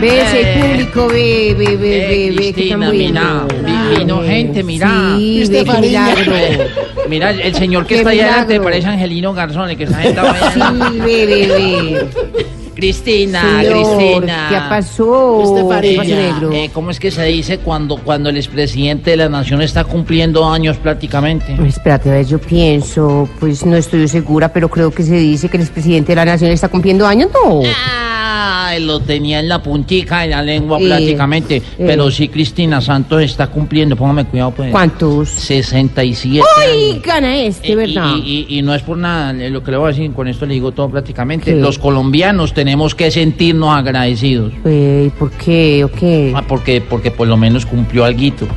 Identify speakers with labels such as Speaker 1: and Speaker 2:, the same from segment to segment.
Speaker 1: Ve ese público, ve, ve, ve, ve, ve, que
Speaker 2: Eh, Cristina,
Speaker 1: están
Speaker 2: mira,
Speaker 1: viendo.
Speaker 2: vi- vino gente, mira.
Speaker 1: Sí, ve, qué milagro.
Speaker 2: Mira, el señor que
Speaker 1: Qué
Speaker 2: está ahí adelante
Speaker 1: milagro.
Speaker 2: parece Angelino Garzón, el que está ahí
Speaker 1: Sí,
Speaker 2: también.
Speaker 1: ve, ve, ve.
Speaker 2: Cristina,
Speaker 1: Señor,
Speaker 2: Cristina.
Speaker 1: ¿Qué pasó? ¿Qué
Speaker 2: Ella,
Speaker 1: pasó, negro?
Speaker 2: eh, ¿Cómo es que se dice cuando, cuando el expresidente de la nación está cumpliendo años prácticamente?
Speaker 1: Pues, Espérate, a ver, yo pienso, pues no estoy segura, pero creo que se dice que el expresidente de la nación está cumpliendo años, no.
Speaker 2: Ah. Ay, lo tenía en la puntica, en la lengua
Speaker 1: Eh,
Speaker 2: prácticamente.
Speaker 1: eh.
Speaker 2: Pero sí, Cristina Santos está cumpliendo, póngame cuidado pues.
Speaker 1: ¿Cuántos?
Speaker 2: 67
Speaker 1: ¡Ay,
Speaker 2: años.
Speaker 1: gana este,
Speaker 2: Eh,
Speaker 1: verdad!
Speaker 2: Y, y- y no es por nada, eh, lo que le voy a decir, con esto le digo todo prácticamente.
Speaker 1: ¿Qué?
Speaker 2: Los colombianos tenemos que sentirnos agradecidos.
Speaker 1: Ey, Eh, ¿Por qué? ¿O qué?
Speaker 2: Ah, porque, porque por lo menos cumplió alguito.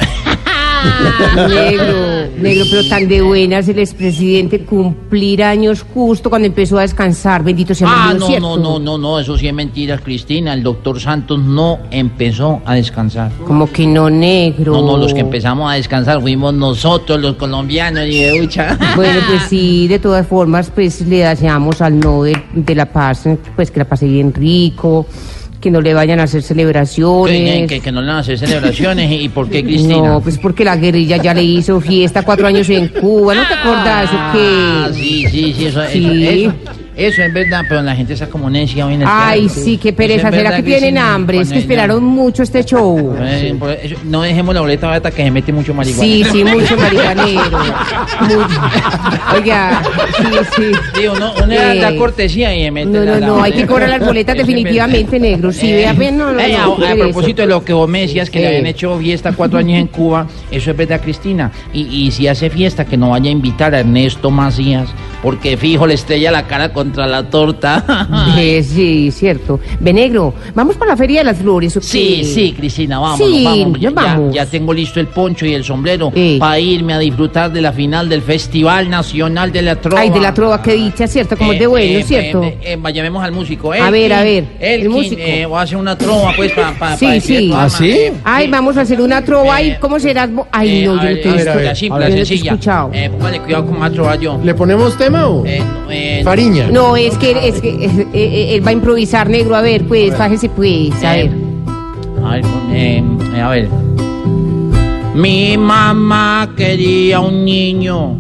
Speaker 1: Ah, Negro, negro, pero tan de buenas el expresidente cumplir años justo cuando empezó a descansar. Bendito sea
Speaker 2: Ah,
Speaker 1: el Dios,
Speaker 2: no,
Speaker 1: ¿cierto?
Speaker 2: no, no, no, no, eso sí es mentira, Cristina. El doctor Santos no empezó a descansar.
Speaker 1: Como que no, negro.
Speaker 2: No, no, los que empezamos a descansar fuimos nosotros, los colombianos, y de ucha.
Speaker 1: Bueno, pues sí, de todas formas, pues le deseamos al Nobel de la Paz, pues que la pase bien rico, que no le vayan a hacer
Speaker 2: Que,
Speaker 1: celebraciones.
Speaker 2: que- que no le van a hacer celebraciones. ¿Y por qué, Cristina?
Speaker 1: pues- No, pues porque la guerrilla ya le hizo fiesta cuatro años en Cuba, ¿no te acordás o
Speaker 2: Ah,
Speaker 1: qué?
Speaker 2: sí, sí, sí, eso,
Speaker 1: Sí.
Speaker 2: eso, eso, eso es verdad, pero la gente está como necia hoy en el
Speaker 1: Ay,
Speaker 2: teatro.
Speaker 1: sí, qué
Speaker 2: Eso
Speaker 1: pereza,
Speaker 2: es
Speaker 1: será
Speaker 2: verdad,
Speaker 1: que tienen
Speaker 2: Cristina,
Speaker 1: hambre, es
Speaker 2: cuando
Speaker 1: que
Speaker 2: hay-
Speaker 1: esperaron mucho este show.
Speaker 2: Eh, por eso- No dejemos la boleta barata que se mete mucho marihuana.
Speaker 1: Sí, sí, mucho marihuanero. Mucho. Oiga, sí, sí.
Speaker 2: Sí, uno, uno le da la
Speaker 1: Eh,
Speaker 2: cortesía y le mete
Speaker 1: No,
Speaker 2: la-
Speaker 1: no,
Speaker 2: la
Speaker 1: no, hay que
Speaker 2: boleta.
Speaker 1: cobrar las boletas
Speaker 2: Eso es
Speaker 1: definitivamente,
Speaker 2: verdad.
Speaker 1: negro. Sí,
Speaker 2: Eh,
Speaker 1: vea, pues, no, no,
Speaker 2: eh,
Speaker 1: no,
Speaker 2: a, a
Speaker 1: eso.
Speaker 2: propósito de lo que vos me decías que le
Speaker 1: Eh.
Speaker 2: habían hecho fiesta cuatro años en Cuba, eso es verdad, Cristina. Y, y si hace fiesta, que no vaya a invitar a Ernesto Macías, porque fijo le estrella la cara contra la torta.
Speaker 1: Eh, sí, cierto. Ve, negro, vamos para la Feria de las Flores. ¿o qué?
Speaker 2: Sí, sí, Cristina, vamos,
Speaker 1: Sí,
Speaker 2: vamos.
Speaker 1: ya vamos.
Speaker 2: Ya, tengo listo el poncho y el sombrero
Speaker 1: Eh.
Speaker 2: para irme a disfrutar de la final del Festival Nacional de la Trova.
Speaker 1: Ay, de la trova, qué dicha, ¿cierto? Como es de bueno,
Speaker 2: eh,
Speaker 1: ¿cierto?
Speaker 2: eh, eh, eh, llamemos al músico.
Speaker 1: A ver, a ver, el
Speaker 2: El,
Speaker 1: músico.
Speaker 2: músico. voy a hacer una trova, pues, para. Pa,
Speaker 1: Sí,
Speaker 2: pa
Speaker 1: sí.
Speaker 2: decir,
Speaker 1: ¿Ah,
Speaker 3: sí?
Speaker 2: eh,
Speaker 1: Ay, vamos a hacer una trova y
Speaker 2: Eh,
Speaker 1: ¿cómo serás? vos? Ay,
Speaker 2: eh,
Speaker 1: no,
Speaker 2: a
Speaker 1: yo no
Speaker 2: ver,
Speaker 1: te he
Speaker 2: a ver,
Speaker 1: visto.
Speaker 2: a ver,
Speaker 1: Yo
Speaker 2: La simple,
Speaker 1: no te he
Speaker 2: sencilla.
Speaker 1: escuchado.
Speaker 2: Eh, póngale cuidado con una trova yo.
Speaker 3: ¿Le ponemos tema o?
Speaker 2: Eh, no, eh,
Speaker 3: Fariña.
Speaker 1: No, es que, es que eh, eh, él va a improvisar, negro. A ver, pues, bájese, pues, a
Speaker 2: Eh,
Speaker 1: ver.
Speaker 2: A ver, con- eh, eh, a ver. Mi mamá quería un niño,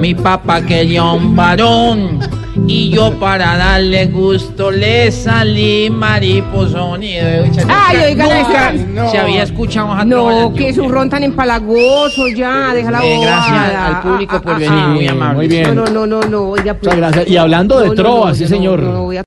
Speaker 2: mi papá quería un varón, y yo para darle gusto le salí mariposón. Y,
Speaker 1: Ay, oiga,
Speaker 2: Nunca
Speaker 1: esta-
Speaker 3: no.
Speaker 2: se había escuchado esa trova en
Speaker 1: No,
Speaker 2: el
Speaker 1: que es un
Speaker 2: YouTube.
Speaker 1: ron tan empalagoso, ya, deja la
Speaker 2: Eh,
Speaker 1: bobada.
Speaker 2: gracias al
Speaker 1: Ah,
Speaker 2: público
Speaker 1: ah,
Speaker 2: por
Speaker 1: ah,
Speaker 2: venir,
Speaker 1: ah.
Speaker 2: muy amable.
Speaker 3: Muy bien.
Speaker 1: No, no, no, no, oiga, pues.
Speaker 3: gracias. Y hablando de
Speaker 1: No, no,
Speaker 3: trovas,
Speaker 1: no,
Speaker 3: sí,
Speaker 1: yo no-
Speaker 3: señor.
Speaker 1: no voy a